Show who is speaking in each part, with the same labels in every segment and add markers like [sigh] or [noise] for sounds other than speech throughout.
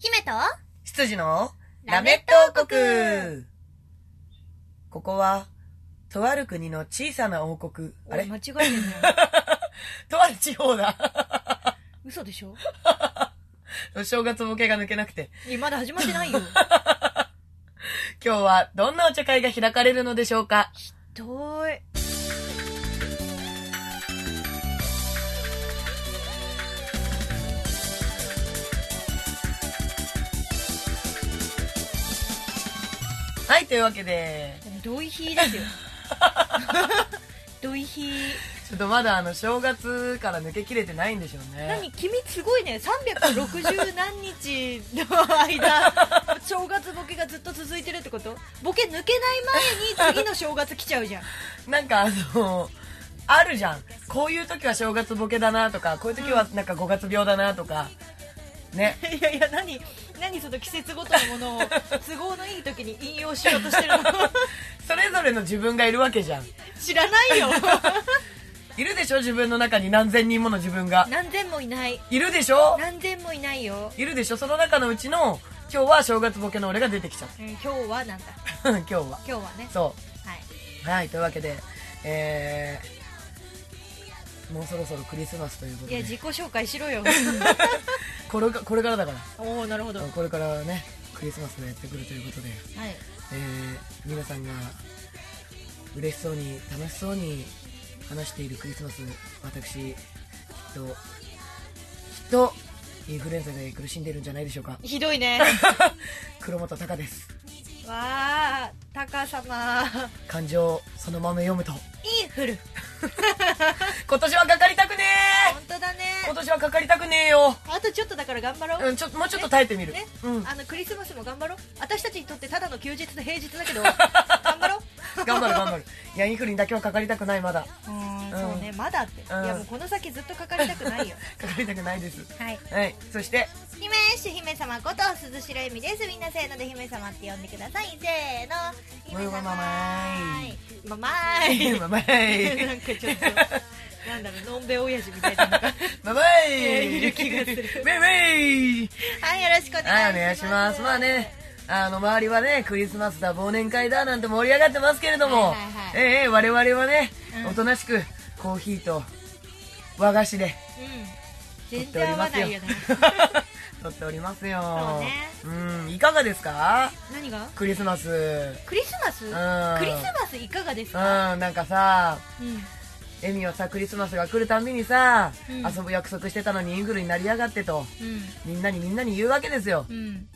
Speaker 1: 姫と
Speaker 2: 羊の
Speaker 1: ラ
Speaker 2: ラ
Speaker 1: メッ
Speaker 2: メッ
Speaker 1: ト
Speaker 2: ト
Speaker 1: 王
Speaker 2: 王
Speaker 1: 国
Speaker 2: 国ここは、とある国の小さな王国。あれ
Speaker 1: おい間違えてんね
Speaker 2: とある地方だ。
Speaker 1: 嘘でしょ
Speaker 2: [laughs] お正月ボケが抜けなくて。
Speaker 1: いやまだ始まってないよ
Speaker 2: 今日はどんなお茶会が開かれるのでしょうか
Speaker 1: 遠い
Speaker 2: はい、というわけで、
Speaker 1: ドイヒーですよドイヒー
Speaker 2: ちょっとまだあの、正月から抜けきれてないんでしょうね。
Speaker 1: 何君すごいね360何日の間正月ボケがずっと続いてるってことボケ抜けない前に次の正月来ちゃうじゃん
Speaker 2: なんかあの、あるじゃん。こういう時は正月ボケだなとか、こういう時はなんか5月病だなとか、ね。
Speaker 1: いやいや何何その季節ごとのものを都合のいい時に引用しようとしてるの
Speaker 2: それぞれの自分がいるわけじゃん。
Speaker 1: 知らないよ
Speaker 2: いるでしょ自分の中に何千人もの自分が。
Speaker 1: 何千もいない
Speaker 2: いるでしょ
Speaker 1: 何千もいないよ、
Speaker 2: いるでしょその中のうちの、今日は正月ボケの俺が出てきちゃっ
Speaker 1: うん、今日はなんだ
Speaker 2: た。 [laughs] 今日は。
Speaker 1: 今日はね
Speaker 2: そ
Speaker 1: はい、
Speaker 2: う。はい、というわけで、えー、もうそろそろクリスマスということ
Speaker 1: いや
Speaker 2: で。
Speaker 1: 自己紹介しろよ
Speaker 2: これかこれからだから。
Speaker 1: [laughs] おおなるほど、はい、
Speaker 2: これからね、クリスマスがやってくるということで。えー皆さんが嬉しそうに楽しそうに話しているクリスマス私きっときっとインフルエンザで苦しんでいるんじゃないでしょうか
Speaker 1: ひどいね
Speaker 2: 黒本隆です
Speaker 1: [laughs] わあタカ様
Speaker 2: 漢字をそのまま読むと
Speaker 1: インフル
Speaker 2: 今年はかかりたくね
Speaker 1: 本当だね
Speaker 2: え今年はかかりたくねえよ
Speaker 1: あとちょっとだから頑張ろう、
Speaker 2: うんちょっともうちょっと耐えてみる
Speaker 1: ね、
Speaker 2: うん
Speaker 1: あのクリスマスも頑張ろう私たちにとってただの休日と平日だ [laughs] けど頑張ろう
Speaker 2: 頑張る頑張るいやインフルにだけはかかりたくないまだ
Speaker 1: うーんそうねまだって、
Speaker 2: うん
Speaker 1: いやもうこの先ずっとかかりたくないよ
Speaker 2: かかりたくないです
Speaker 1: [laughs] はい
Speaker 2: はいそして
Speaker 1: [laughs] 姫主姫様こと鈴代恵美ですみんなせーので姫様って呼んでくださいせーの姫様
Speaker 2: ママー
Speaker 1: ママー [laughs]
Speaker 2: ママ [laughs]
Speaker 1: イ
Speaker 2: イ
Speaker 1: なんかちょっとなんだろうのんべえ親父みたいなのがは
Speaker 2: ママ
Speaker 1: えー
Speaker 2: イ
Speaker 1: いる気がする
Speaker 2: ウェイウェ
Speaker 1: い
Speaker 2: イ
Speaker 1: よろしくお願いします
Speaker 2: はい、お願いします。まあね、あの、周りはね、クリスマスだ、忘年会だ、なんて盛り上がってますけれども、
Speaker 1: はいはいはい
Speaker 2: ええええ、我々はね、
Speaker 1: うん
Speaker 2: おとなしく、コーヒーと、和菓子で、
Speaker 1: うん
Speaker 2: 撮
Speaker 1: 全
Speaker 2: ってお
Speaker 1: 然合
Speaker 2: り
Speaker 1: わ
Speaker 2: ます
Speaker 1: な
Speaker 2: よ
Speaker 1: いよね。
Speaker 2: [laughs] 撮っておりますよ。
Speaker 1: そうね
Speaker 2: うん、いかがですか
Speaker 1: 何が
Speaker 2: クリスマス。うん、
Speaker 1: クリスマス、クリスマスいかがですか、
Speaker 2: うん、なんかさ、
Speaker 1: うん
Speaker 2: エミはさ、クリスマスが来るたんびにさ、
Speaker 1: うん
Speaker 2: 遊ぶ約束してたのにインフルになりやがってと、
Speaker 1: うん
Speaker 2: みんなにみんなに言うわけですよ。
Speaker 1: うん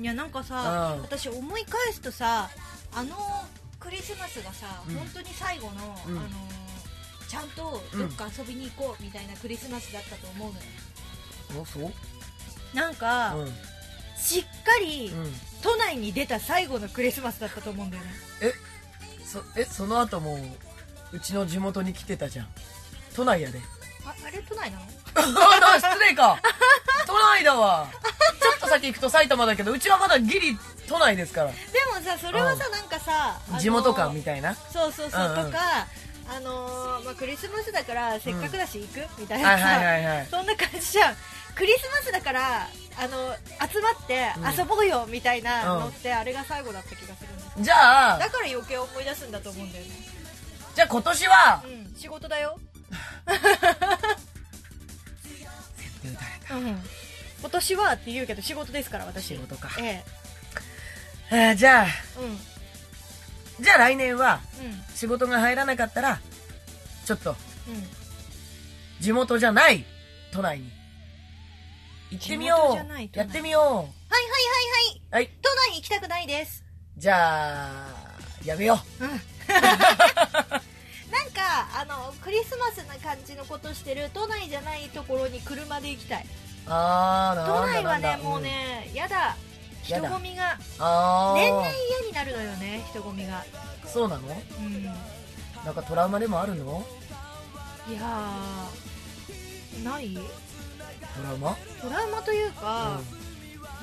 Speaker 1: いやなんかさ、
Speaker 2: うん
Speaker 1: 私思い返すとさあのクリスマスがさ、
Speaker 2: うん
Speaker 1: 本当に最後の、
Speaker 2: うん
Speaker 1: あのちゃんとどっか遊びに行こうみたいなクリスマスだったと思うのよ
Speaker 2: お、そう
Speaker 1: なんか、
Speaker 2: うん。
Speaker 1: しっかり
Speaker 2: うん。
Speaker 1: 都内に出た最後のクリスマスだったと思うんだよね
Speaker 2: そえその後もううちの地元に来てたじゃん都内やで
Speaker 1: ああれ都内なの
Speaker 2: あな失礼か都内だわちょっと先行くと埼玉だけどうちはまだギリ都内ですか
Speaker 1: でもさそれはさなんかさ、あの
Speaker 2: ら地元感みたいな
Speaker 1: そうそうそう、
Speaker 2: うんうん
Speaker 1: とかあのーまあ、クリスマスだからせっかくだし行く、みたい
Speaker 2: は
Speaker 1: ないさ、
Speaker 2: はいはいはい
Speaker 1: そんな感じじゃんクリスマスだからあの集まって
Speaker 2: うん
Speaker 1: 遊ぼうよみたいなの
Speaker 2: うん
Speaker 1: って、あれが最後だった気がするんです
Speaker 2: じゃあ
Speaker 1: だから余計思い出すんだと思うんだよね
Speaker 2: じゃあ今年は
Speaker 1: うん仕事だよ、
Speaker 2: 打たれた
Speaker 1: うん、今年はって言うけど仕事ですから私
Speaker 2: 仕事か
Speaker 1: ええ
Speaker 2: えーじゃあ
Speaker 1: うんうん
Speaker 2: じゃあ来年は仕事が入らなかったらちょっと
Speaker 1: うん
Speaker 2: 地元じゃない都内に行ってみよ
Speaker 1: 地元じゃないう都
Speaker 2: や
Speaker 1: 内
Speaker 2: ってみよ
Speaker 1: はいはいはいはいう
Speaker 2: はい
Speaker 1: 都内行きたくないです
Speaker 2: じゃあやめよう
Speaker 1: うんなんかあのクリスマスな感じのことしてる都内じゃないところに車で行きたい
Speaker 2: あーなんだ
Speaker 1: 都内は
Speaker 2: なんだ
Speaker 1: ねもうね、やだ人
Speaker 2: やだ
Speaker 1: 混みが
Speaker 2: うんあ
Speaker 1: 年々
Speaker 2: あ
Speaker 1: 嫌になるのよね人混みが、
Speaker 2: そうなの
Speaker 1: うん、いや
Speaker 2: なんかトラウマでもあるの
Speaker 1: ーない
Speaker 2: トラウマ
Speaker 1: トラウマという
Speaker 2: う
Speaker 1: か
Speaker 2: ん、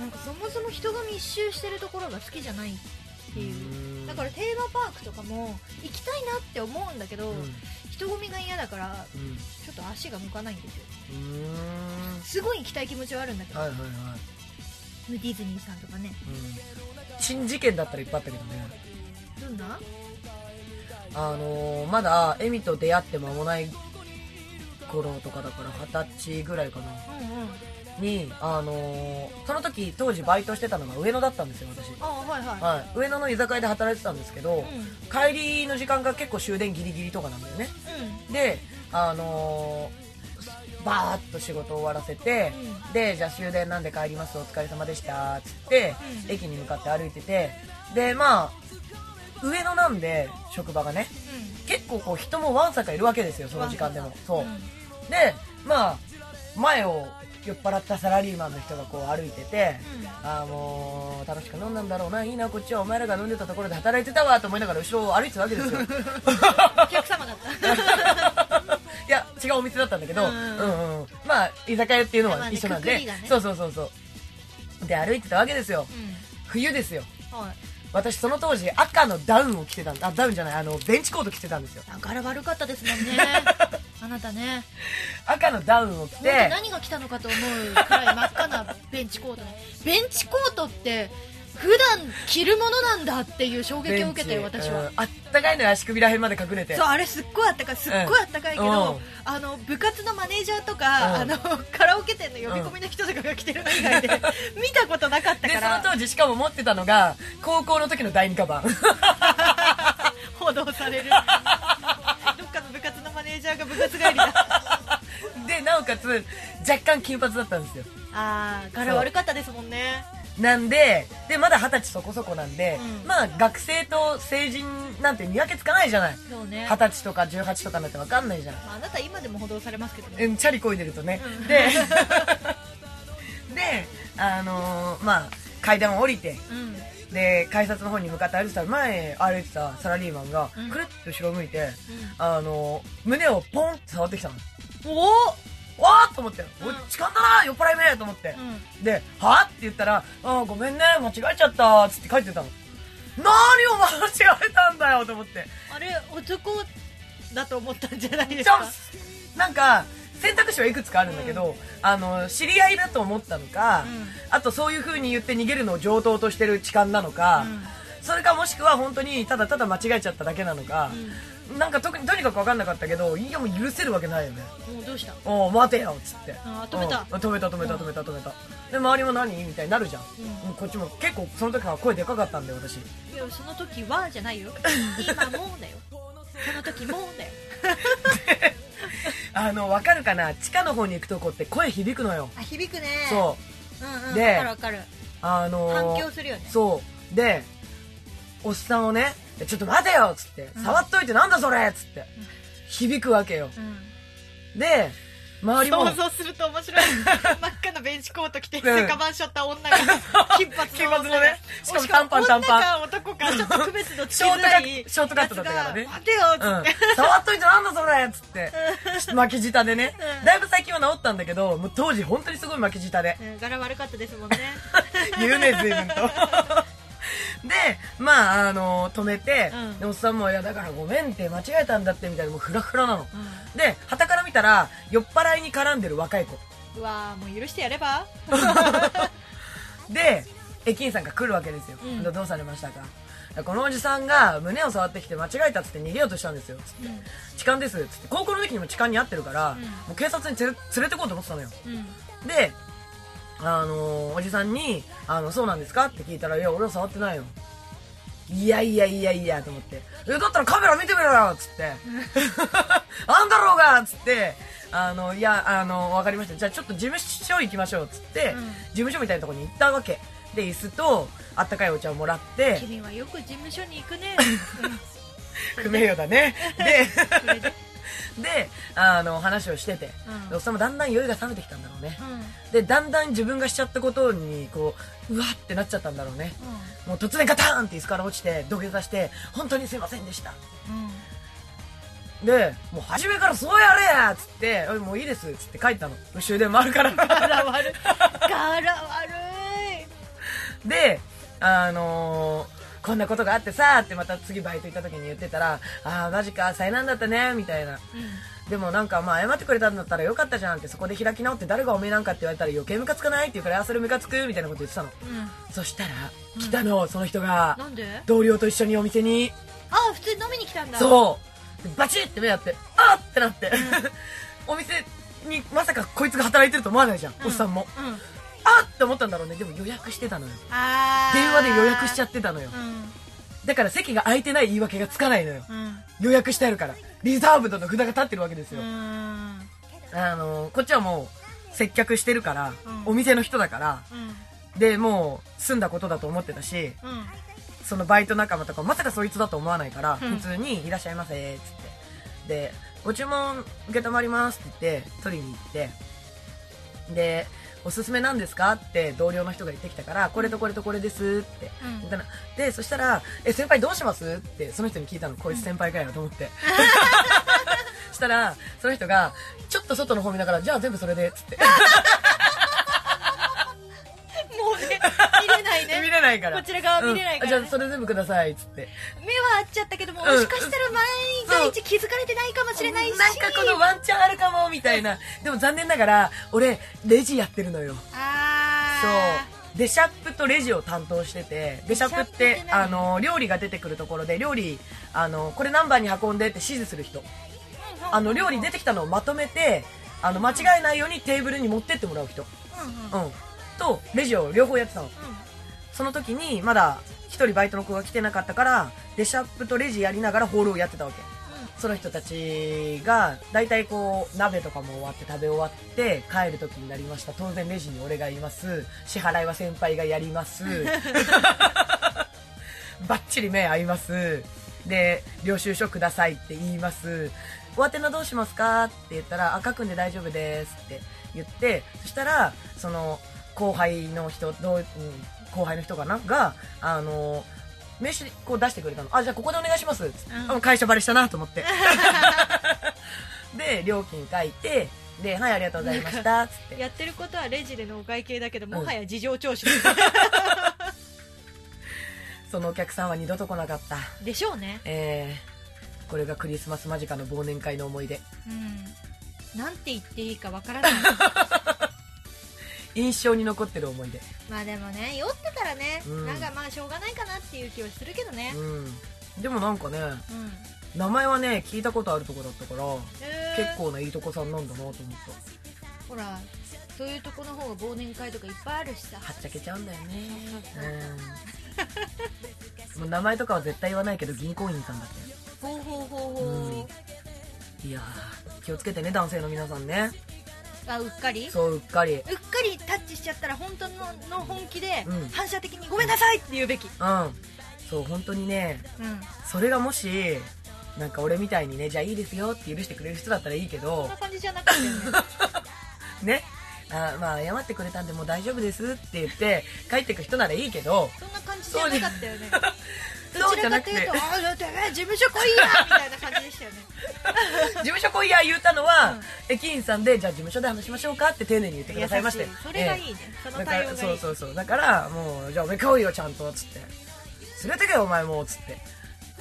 Speaker 1: なんかそもそも人が密集してるところが好きじゃないっていう
Speaker 2: うん
Speaker 1: だからテーマパークとかも行きたいなって思うんだけど、
Speaker 2: うん
Speaker 1: 人混みが嫌だから
Speaker 2: うんう
Speaker 1: ちょっと足が向かないんですよ
Speaker 2: ーん
Speaker 1: すごい行きたい気持ちはあるんだけど、
Speaker 2: はいはいはい
Speaker 1: ディズニーさんとかね
Speaker 2: うん珍事件だったらいっぱいあったけどね
Speaker 1: どんな
Speaker 2: あのーまだエミと出会って間もない頃とかだから二十歳ぐらいかな
Speaker 1: うんうん
Speaker 2: にあのーその時当時バイトしてたのが上野だったんですよ私
Speaker 1: あはいはい、
Speaker 2: はい、上野の居酒屋で働いてたんですけど、帰りの時間が結構終電ギリギリとかなんだよねであのーバーッと仕事終わらせて、
Speaker 1: う
Speaker 2: でじゃあ終電なんで帰りますお疲れ様でしたっつって、
Speaker 1: うん
Speaker 2: 駅に向かって歩いててでまあ上野なんで職場がね結構こう人もわんさかいるわけですよその時間でもそう、でまあ前を酔っ払ったサラリーマンの人がこう歩いてて、
Speaker 1: うん
Speaker 2: あーもう楽しく飲んだんだろうないいなこっちはお前らが飲んでたところで働いてたわと思いながら後ろを歩いてたわけですよ
Speaker 1: お客様だった
Speaker 2: いや違うお店だったんだけど、
Speaker 1: う
Speaker 2: うんんうんまあ居酒屋っていうの
Speaker 1: まあ
Speaker 2: は
Speaker 1: ね
Speaker 2: 一緒な
Speaker 1: く
Speaker 2: ん
Speaker 1: く
Speaker 2: で、
Speaker 1: りがね
Speaker 2: そうそうそうそうで歩いてたわけですよ冬ですよ
Speaker 1: はい
Speaker 2: 私その当時赤のダウンを着てたんあダウンじゃないあのベンチコート着てたんですよ
Speaker 1: 柄悪かったですもん
Speaker 2: [laughs]
Speaker 1: ねあなたね
Speaker 2: 赤のダウンを着
Speaker 1: 本当
Speaker 2: て
Speaker 1: 何が来たのかと思うくらい真っ赤なベンチコートねベンチコートって普段着るものなんだっていう衝撃を受けて
Speaker 2: ベンチ
Speaker 1: 私は、
Speaker 2: うんあったかいのよ足首らへんまで隠れて
Speaker 1: そうあれすっごいあったかいすっごいあったかいけど、
Speaker 2: うん
Speaker 1: あの部活のマネージャーとか、
Speaker 2: うん
Speaker 1: あのカラオケ店の呼び込みの人とかが着てるの以
Speaker 2: [laughs]
Speaker 1: 外で見たことなかった
Speaker 2: で
Speaker 1: か
Speaker 2: その
Speaker 1: ら
Speaker 2: 当時しかも持ってたのが高校の時の第2カバン
Speaker 1: 報道さ [laughs] れるどっかの部活のマネージャーが部活帰りだ
Speaker 2: [laughs] でなおかつ若干金髪だったんですよ
Speaker 1: あー柄悪かったですもんね
Speaker 2: なんででまだ二十歳そこそこなんで、
Speaker 1: うん
Speaker 2: まあ学生と成人なんて見分けつかないじゃない
Speaker 1: そうね、
Speaker 2: 二十歳とか十八とかなんて分かんないじゃない
Speaker 1: まあ、あなた今でも報道されますけどね
Speaker 2: うんチャリこいでるとね、
Speaker 1: うん
Speaker 2: で [laughs] であのーまあ階段を降りて
Speaker 1: うん
Speaker 2: で改札の方に向かって歩いてたら前歩いてたサラリーマンが
Speaker 1: うん
Speaker 2: くるっと後ろ向いて、あのー胸をポンって触ってきたの
Speaker 1: お
Speaker 2: わーっと思って、
Speaker 1: うん
Speaker 2: お痴漢だな酔っ払いめと思って、で「はあ?」って言ったら「あーごめんね間違えちゃった」っつって書いてたの何を間違えたんだよと思って
Speaker 1: あれ男だと思ったんじゃないです
Speaker 2: チャ
Speaker 1: か
Speaker 2: ンスなんか選択肢はいくつかあるんだけど、あの知り合いだと思ったのか、
Speaker 1: うん
Speaker 2: あとそういう風に言って逃げるのを上等としてる痴漢なのか、
Speaker 1: うん
Speaker 2: それかもしくは本当にただただ間違えちゃっただけなのか、なんか特にとにかく分かんなかったけどいやもう許せるわけないよね
Speaker 1: もうどうした
Speaker 2: おう待てよっつって
Speaker 1: あー止めた
Speaker 2: うん止めた止めた止めた止めたで周りも何みたいになるじゃん、
Speaker 1: うん
Speaker 2: もうこっちも結構その時から声でかかったんで私
Speaker 1: いやその時はじゃ [laughs] ないよ今もだよその時もだよ
Speaker 2: あの分かるかな地下の方に行くとこって声響くのよ
Speaker 1: あ響くね、
Speaker 2: そう
Speaker 1: うんうん、分
Speaker 2: で
Speaker 1: かる分かる
Speaker 2: あのー
Speaker 1: 反響するよね
Speaker 2: そうでおっさんをね「ちょっと待てよ」っつって「
Speaker 1: うん
Speaker 2: 触っといてなんだそれ」っつって、響くわけよ
Speaker 1: うん
Speaker 2: で周りも
Speaker 1: 想像すると面白い
Speaker 2: [laughs]
Speaker 1: 真っ赤なベンチコート着て
Speaker 2: うん
Speaker 1: セカバンしょった女
Speaker 2: [laughs]
Speaker 1: が金髪の
Speaker 2: 金髪
Speaker 1: 女
Speaker 2: の
Speaker 1: が
Speaker 2: ねしかも短パン短パン
Speaker 1: 女か男かちょっと区別のつき
Speaker 2: ショー
Speaker 1: づ
Speaker 2: ト
Speaker 1: ら
Speaker 2: カ
Speaker 1: い
Speaker 2: ッ [laughs] トショートカットだったからね
Speaker 1: やつが待てよっつ
Speaker 2: うん
Speaker 1: って、
Speaker 2: 触っといてなんだそれっつって巻き舌でね
Speaker 1: うん
Speaker 2: だいぶ最近は治ったんだけどもう当時本当にすごい巻き舌で
Speaker 1: うん柄悪かったですもんね
Speaker 2: 言
Speaker 1: [laughs]
Speaker 2: うね随分とでまああの止めて、
Speaker 1: うん
Speaker 2: でおっさんも「いやだからごめんって間違えたんだって」みたいなもうフラフラなの
Speaker 1: うん
Speaker 2: で傍から見たら酔っ払いに絡んでる若い子
Speaker 1: うわーもう許してやれば
Speaker 2: で駅員さんが来るわけですよ、
Speaker 1: うん
Speaker 2: でどうされましたかこのおじさんが胸を触ってきて間違えたっつって逃げようとしたんですよつって、
Speaker 1: うん
Speaker 2: 痴漢ですっつって高校の時にも痴漢に遭ってるから、
Speaker 1: うん
Speaker 2: もう警察に連れ連れてこうと思ってたのよ
Speaker 1: うん
Speaker 2: であのーおじさんにあの「そうなんですか?」って聞いたら「いや俺は触ってないよ」いやいやいやいやと思って「えだったらカメラ見てみろよ」っつ
Speaker 1: [laughs]
Speaker 2: って「あんだろうが」っつって「あのいやあの分かりましたじゃあちょっと事務所行きましょう」っつって、
Speaker 1: うん
Speaker 2: 事務所みたいなところに行ったわけで椅子とあったかいお茶をもらって
Speaker 1: 君はよく事務所に行く
Speaker 2: [laughs]
Speaker 1: ね、
Speaker 2: 不名誉
Speaker 1: [laughs]
Speaker 2: だねで
Speaker 1: うん、それで、
Speaker 2: であの話をしてて、
Speaker 1: うん
Speaker 2: でおっさんもだんだん酔いが冷めてきたんだろうね
Speaker 1: う、んうん、
Speaker 2: でだんだん自分がしちゃったことにこううわってなっちゃったんだろうねもう突然ガターンって椅子から落ちて土下座して本当にすいませんでした [laughs] でもう初めからそうやれやっつっておいもういいですっつって帰ったの後ろで回るから [laughs]
Speaker 1: 柄悪い柄悪い
Speaker 2: であのーこんなことがあってさってまた次バイト行った時に言ってたらああマジか災難だったねみたいなでもなんかまあ謝ってくれたんだったらよかったじゃんってそこで開き直って誰がおめえなんかって言われたら余計ムカつかないって言うからあそれムカつくみたいなこと言ってたの
Speaker 1: うん、うん、
Speaker 2: そしたら来たの、その人が
Speaker 1: なんで
Speaker 2: 同僚と一緒にお店に
Speaker 1: あ普通に飲みに来たんだ
Speaker 2: そうバチって目あってあっってなって、 [laughs] お店にまさかこいつが働いてると思わないじゃん、
Speaker 1: うん
Speaker 2: おっさんも
Speaker 1: うん
Speaker 2: あっって思ったんだろうねでも予約してたのよ
Speaker 1: あー
Speaker 2: 電話で予約しちゃってたのよ
Speaker 1: う
Speaker 2: だから席が空いてない言い訳がつかないのよ
Speaker 1: んうん
Speaker 2: 予約してあるからリザーブドの札が立ってるわけです
Speaker 1: う
Speaker 2: よ、
Speaker 1: ん
Speaker 2: あのこっちはもう接客してるから、
Speaker 1: うん
Speaker 2: お店の人だから
Speaker 1: うん
Speaker 2: でもう済んだことだと思ってたし
Speaker 1: うん
Speaker 2: そのバイト仲間とかまさかそいつだと思わないから、
Speaker 1: うん
Speaker 2: 普通に「いらっしゃいませ」っつってで「ご注文承ります」って言って取りに行ってで「おすすめなんですか?」って同僚の人が言ってきたから「これとこれとこれです」って
Speaker 1: うん
Speaker 2: みたいなでそしたら「え先輩どうします?」ってその人に聞いたのこいつ先輩かよと思
Speaker 1: [laughs]
Speaker 2: って、したらその人がちょっと外の方見ながら「じゃあ全部それで」っつって
Speaker 1: もうね見れない
Speaker 2: [laughs] 見
Speaker 1: ね
Speaker 2: れないから
Speaker 1: こちら側見れないからね
Speaker 2: うんじゃあそれ全部くださいっつって
Speaker 1: 目は合っちゃったけどももしかしたら前が一気づかれてないかもしれないし
Speaker 2: なんかこのワンチャンあるかもみたいなでも残念ながら俺レジやってるのよそ
Speaker 1: あ
Speaker 2: うデシャップとレジを担当しててデシャップっ
Speaker 1: デシャップ
Speaker 2: て
Speaker 1: って何
Speaker 2: あの料理が出てくるところで料理あのこれ何番に運んでって指示する人
Speaker 1: そう
Speaker 2: あの料理出てきたのをまとめてあの間違えないようにテーブルに持ってってもらう人、う
Speaker 1: う
Speaker 2: ん、
Speaker 1: んうんうん
Speaker 2: とレジを両方やってたのその時にまだ1人バイトの子が来てなかったからデシャップとレジやりながらホールをやってたわけその人たちが大体こう鍋とかも終わって食べ終わって帰る時になりました当然レジに俺がいます支払いは先輩がやりますバッチリ目合いますで領収書くださいって言いますお宛名どうしますかって言ったら赤くんで大丈夫ですって言ってそしたらその後輩の人どう、うん後輩の人かながあの名刺こう出してくれたのあじゃあここでお願いしますっつって、
Speaker 1: うん
Speaker 2: あもう会社バレしたなと思ってで料金書いてではいありがとうございましたっつっ
Speaker 1: うん
Speaker 2: て
Speaker 1: やってることはレジでのお会計だけどもはや事情聴取
Speaker 2: そのお客さんは二度と来なかった
Speaker 1: でしょうね
Speaker 2: えー、これがクリスマス間近の忘年会の思い出
Speaker 1: うんなんて言っていいかわからない
Speaker 2: 印象に残ってる思い出
Speaker 1: まあでもね酔ってたらね
Speaker 2: うん
Speaker 1: なんかまあしょうがないかなっていう気はするけどね
Speaker 2: うんでもなんかね
Speaker 1: うん
Speaker 2: 名前はね聞いたことあるとこだったから
Speaker 1: えー
Speaker 2: 結構ないいとこさんなんだなと思った
Speaker 1: ほらそういうとこの方が忘年会とかいっぱいあるしさ
Speaker 2: はっちゃけちゃうんだよね
Speaker 1: そうそうそう
Speaker 2: うん [laughs] もう名前とかは絶対言わないけど銀行員さんだったよ
Speaker 1: ほうほうほうほ
Speaker 2: いやー気をつけてね男性の皆さんね
Speaker 1: うあうっかり
Speaker 2: そううっかり
Speaker 1: うっかりタッチしちゃったら本当のの本気で
Speaker 2: うん
Speaker 1: 反射的に「ごめんなさい!」って言うべき、
Speaker 2: うんそう本当にね
Speaker 1: うん、
Speaker 2: それがもしなんか俺みたいにねじゃあいいですよって許してくれる人だったらいいけ
Speaker 1: そ
Speaker 2: ど
Speaker 1: んな感じじゃなかったよ
Speaker 2: [laughs]
Speaker 1: ね
Speaker 2: ねあまあ謝ってくれたんでもう大丈夫ですって言って帰ってく人ならいいけど
Speaker 1: そんな感じじゃなかったよねど
Speaker 2: そう
Speaker 1: ち
Speaker 2: じ
Speaker 1: らか
Speaker 2: ゃな
Speaker 1: と
Speaker 2: く
Speaker 1: いう
Speaker 2: て
Speaker 1: と「あだってえ事務所来いや!」みたいな感じでしたよね
Speaker 2: [laughs] 事務所来いや言うたのは、
Speaker 1: うん
Speaker 2: 駅員さんでじゃあ事務所で話しましょうかって丁寧に言ってくださいまし
Speaker 1: 優
Speaker 2: て
Speaker 1: しいそれがいいね、その
Speaker 2: だか
Speaker 1: 対
Speaker 2: ら
Speaker 1: 応
Speaker 2: そ
Speaker 1: がいうい
Speaker 2: そうそうだからもうじゃあおめ来いよちゃんとつって連れてけよお前もうつって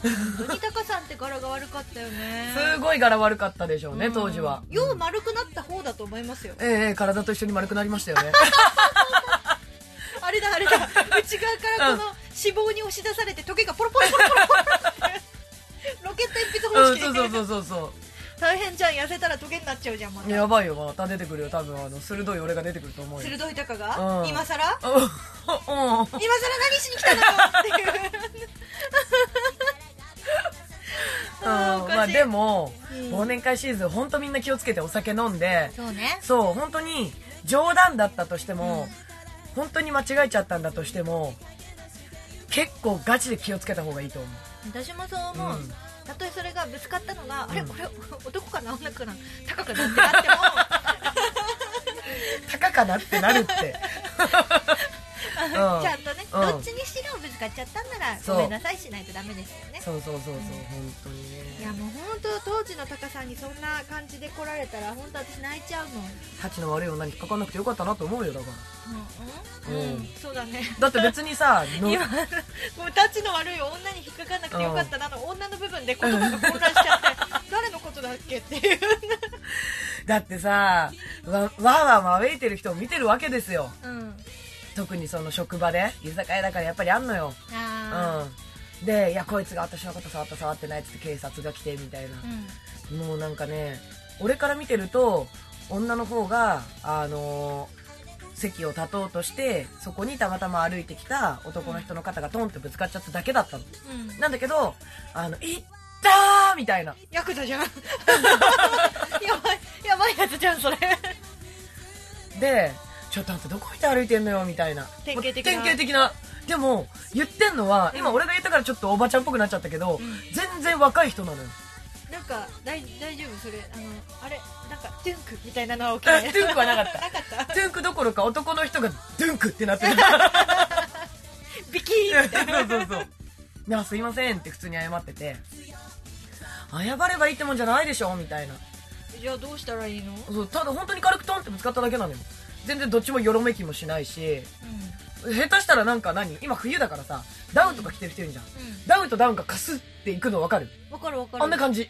Speaker 1: 本当にタカさんって柄が悪かったよね
Speaker 2: すごい柄悪かったでしょうね、
Speaker 1: うん
Speaker 2: 当時は
Speaker 1: よう丸くなった方だと思いますよ
Speaker 2: ええええ体と一緒に丸くなりましたよね
Speaker 1: [laughs] あれだあれだ内側からこの脂肪に押し出されて時がポロポロポロポロポロってロケット鉛筆
Speaker 2: う
Speaker 1: 方
Speaker 2: んそう
Speaker 1: 式
Speaker 2: そう
Speaker 1: で
Speaker 2: そうそうそ
Speaker 1: 大変じゃん痩せたらトゲになっちゃうじゃんま
Speaker 2: う
Speaker 1: た
Speaker 2: やばいよまた出てくるよ多分あの鋭い俺が出てくると思う [laughs] よ
Speaker 1: 鋭いタカが、
Speaker 2: うん
Speaker 1: 今さら
Speaker 2: うんうん
Speaker 1: 今さら何しに来たのよっていう
Speaker 2: [laughs] うん
Speaker 1: あーおかしい
Speaker 2: まあでも、
Speaker 1: うん
Speaker 2: 忘年会シーズン本当みんな気をつけてお酒飲んで
Speaker 1: そうね
Speaker 2: そう本当に冗談だったとしても、本当に間違えちゃったんだとしても結構ガチで気をつけた方がいいと思う
Speaker 1: 私もそう思う、
Speaker 2: うん
Speaker 1: たとえそれがぶつかったのが、あれ
Speaker 2: うん
Speaker 1: これ男かな女かなタカかなってなっても
Speaker 2: 高かなってなるって
Speaker 1: ちゃんとね、
Speaker 2: うん
Speaker 1: どっちにしろぶつかっちゃったんなら
Speaker 2: そう
Speaker 1: ごめんなさいしないとダメですよね
Speaker 2: そうそうそうそう、
Speaker 1: うん
Speaker 2: 本当に
Speaker 1: いや
Speaker 2: ね
Speaker 1: もう本当当時のタカさんにそんな感じで来られたら本当私泣いちゃうもん
Speaker 2: タチの悪い女に引っかかんなくてよかったなと思うよだか
Speaker 1: うん、うん
Speaker 2: うん
Speaker 1: そうだね [laughs]
Speaker 2: らだって別にさの
Speaker 1: 今もうタチの悪い女に引っかかんなくてよかったなの女の部分で言葉が混乱しちゃって誰のことだっけっていう、
Speaker 2: だってさわわーわーわいてる人を見てるわけですよ
Speaker 1: うん、
Speaker 2: 特にその職場で居酒屋だからやっぱりあんのよ
Speaker 1: あ
Speaker 2: うんでいやこいつが私のこと触った触ってないっつって警察が来てみたいな
Speaker 1: ー、うん
Speaker 2: もうなんかね俺から見てると女の方があのー席を立とうとしてそこにたまたま歩いてきた男の人の肩がトンってぶつかっちゃっただけだったの
Speaker 1: うん
Speaker 2: なんだけどあの「いったー!」みたいな
Speaker 1: ヤクザじゃん [laughs] やばいやばいやつじゃんそれ
Speaker 2: で「ちょっとあんたどこ見て歩いてんのよ」みたいな
Speaker 1: 典型的な
Speaker 2: 典型的なでも言ってんのは今
Speaker 1: うん
Speaker 2: 俺が言ったからちょっとおばちゃんっぽくなっちゃったけど、
Speaker 1: うん
Speaker 2: 全然若い人なのよ
Speaker 1: なんか大大丈夫それあのあれなんかトゥンクみたいなのは起き
Speaker 2: あ
Speaker 1: ない
Speaker 2: トゥンクはなかった
Speaker 1: なかった
Speaker 2: トゥンクどころか男の人がドゥンクってなってる
Speaker 1: ビキーンみたいな
Speaker 2: そうそうそう「なあすいません」って普通に謝ってて謝ればいいってもんじゃないでしょみたいな
Speaker 1: じゃあどうしたらいいの、うん、
Speaker 2: そうただ本当に軽くトンってぶつかっただけなのよ全然どっちもよろめきもしないし下手したらなんか何今冬だからさダウンとか着てる人いるじゃん
Speaker 1: う
Speaker 2: ダウンとダウンがかすっていくの分かる
Speaker 1: ん、わかるわかる
Speaker 2: あんな感じ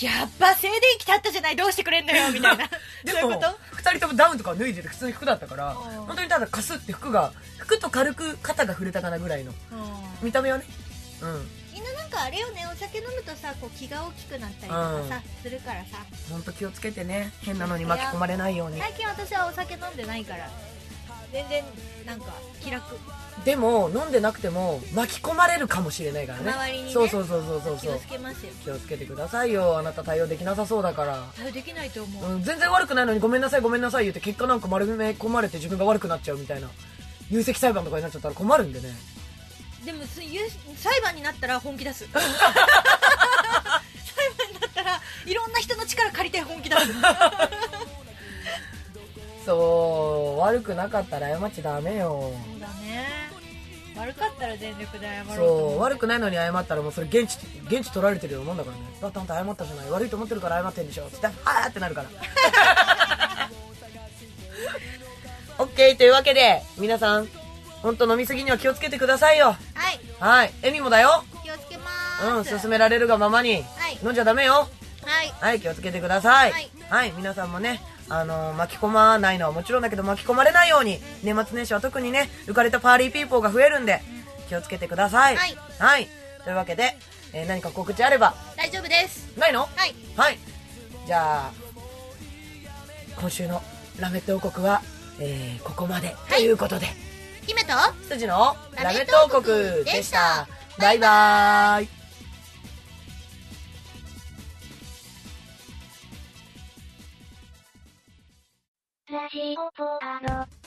Speaker 1: やっぱ静電気立ったじゃないどうしてくれんだ
Speaker 2: [laughs]
Speaker 1: よみたいな
Speaker 2: で
Speaker 1: そういう
Speaker 2: も
Speaker 1: こと
Speaker 2: 2人ともダウンとかは脱いでて普通に服だったから
Speaker 1: うん
Speaker 2: 本当にただかすって服が服と軽く肩が触れたかなぐらいの
Speaker 1: うん
Speaker 2: 見た目はねうん
Speaker 1: みんななんかあれよねお酒飲むとさこう気が大きくなったりとかさ、するからさ
Speaker 2: 本当気をつけてね変なのに巻き込まれないように
Speaker 1: 最近私はお酒飲んでないから全然なんか気楽
Speaker 2: でも飲んでなくても巻き込まれるかもしれないからね
Speaker 1: 周りにね
Speaker 2: そうそうそうそうそう
Speaker 1: 気
Speaker 2: そ
Speaker 1: を
Speaker 2: う
Speaker 1: つけますよ
Speaker 2: 気をつけてくださいよあなた対応できなさそうだから、
Speaker 1: 対応できないと思う、
Speaker 2: うん、全然悪くないのにごめんなさいごめんなさい言って結果なんか丸め込まれて自分が悪くなっちゃうみたいな有責裁判とかになっちゃったら困るんでね
Speaker 1: でもすゆ裁判になったら本気出す
Speaker 2: [laughs]
Speaker 1: 裁判になったらいろんな人の力借りて本気出す
Speaker 2: そう悪くなかったら謝っちゃダメよ
Speaker 1: そうだね悪かったら全力で謝ろうと思
Speaker 2: そう悪くないのに謝ったらもうそれ現地現地取られてるようなもんだからねだってあんた謝ったじゃない悪いと思ってるから謝ってんでしょつってあーってなるから [laughs] OK というわけで皆さん本当飲みすぎには気をつけてくださいよ
Speaker 1: はい
Speaker 2: はいエミもだよ
Speaker 1: 気をつけま
Speaker 2: うん
Speaker 1: ーす、
Speaker 2: 勧められるがままに、
Speaker 1: はい
Speaker 2: 飲んじゃダメよ
Speaker 1: はい
Speaker 2: はい気をつけてください
Speaker 1: はい
Speaker 2: はい皆さんもねあのー巻き込まないのはもちろんだけど巻き込まれないように年末年始は特にね浮かれたパーリーピーポーが増えるんで気をつけてください
Speaker 1: はい
Speaker 2: はいというわけで、えー何か告知あれば
Speaker 1: 大丈夫です
Speaker 2: ないの
Speaker 1: はい
Speaker 2: はいじゃあ今週のラメット王国は、えーここまでということで、
Speaker 1: 姫と
Speaker 2: 羊のラメット王国でした
Speaker 1: ラメット王国でした
Speaker 2: バイバーイ
Speaker 3: ラジオポアド。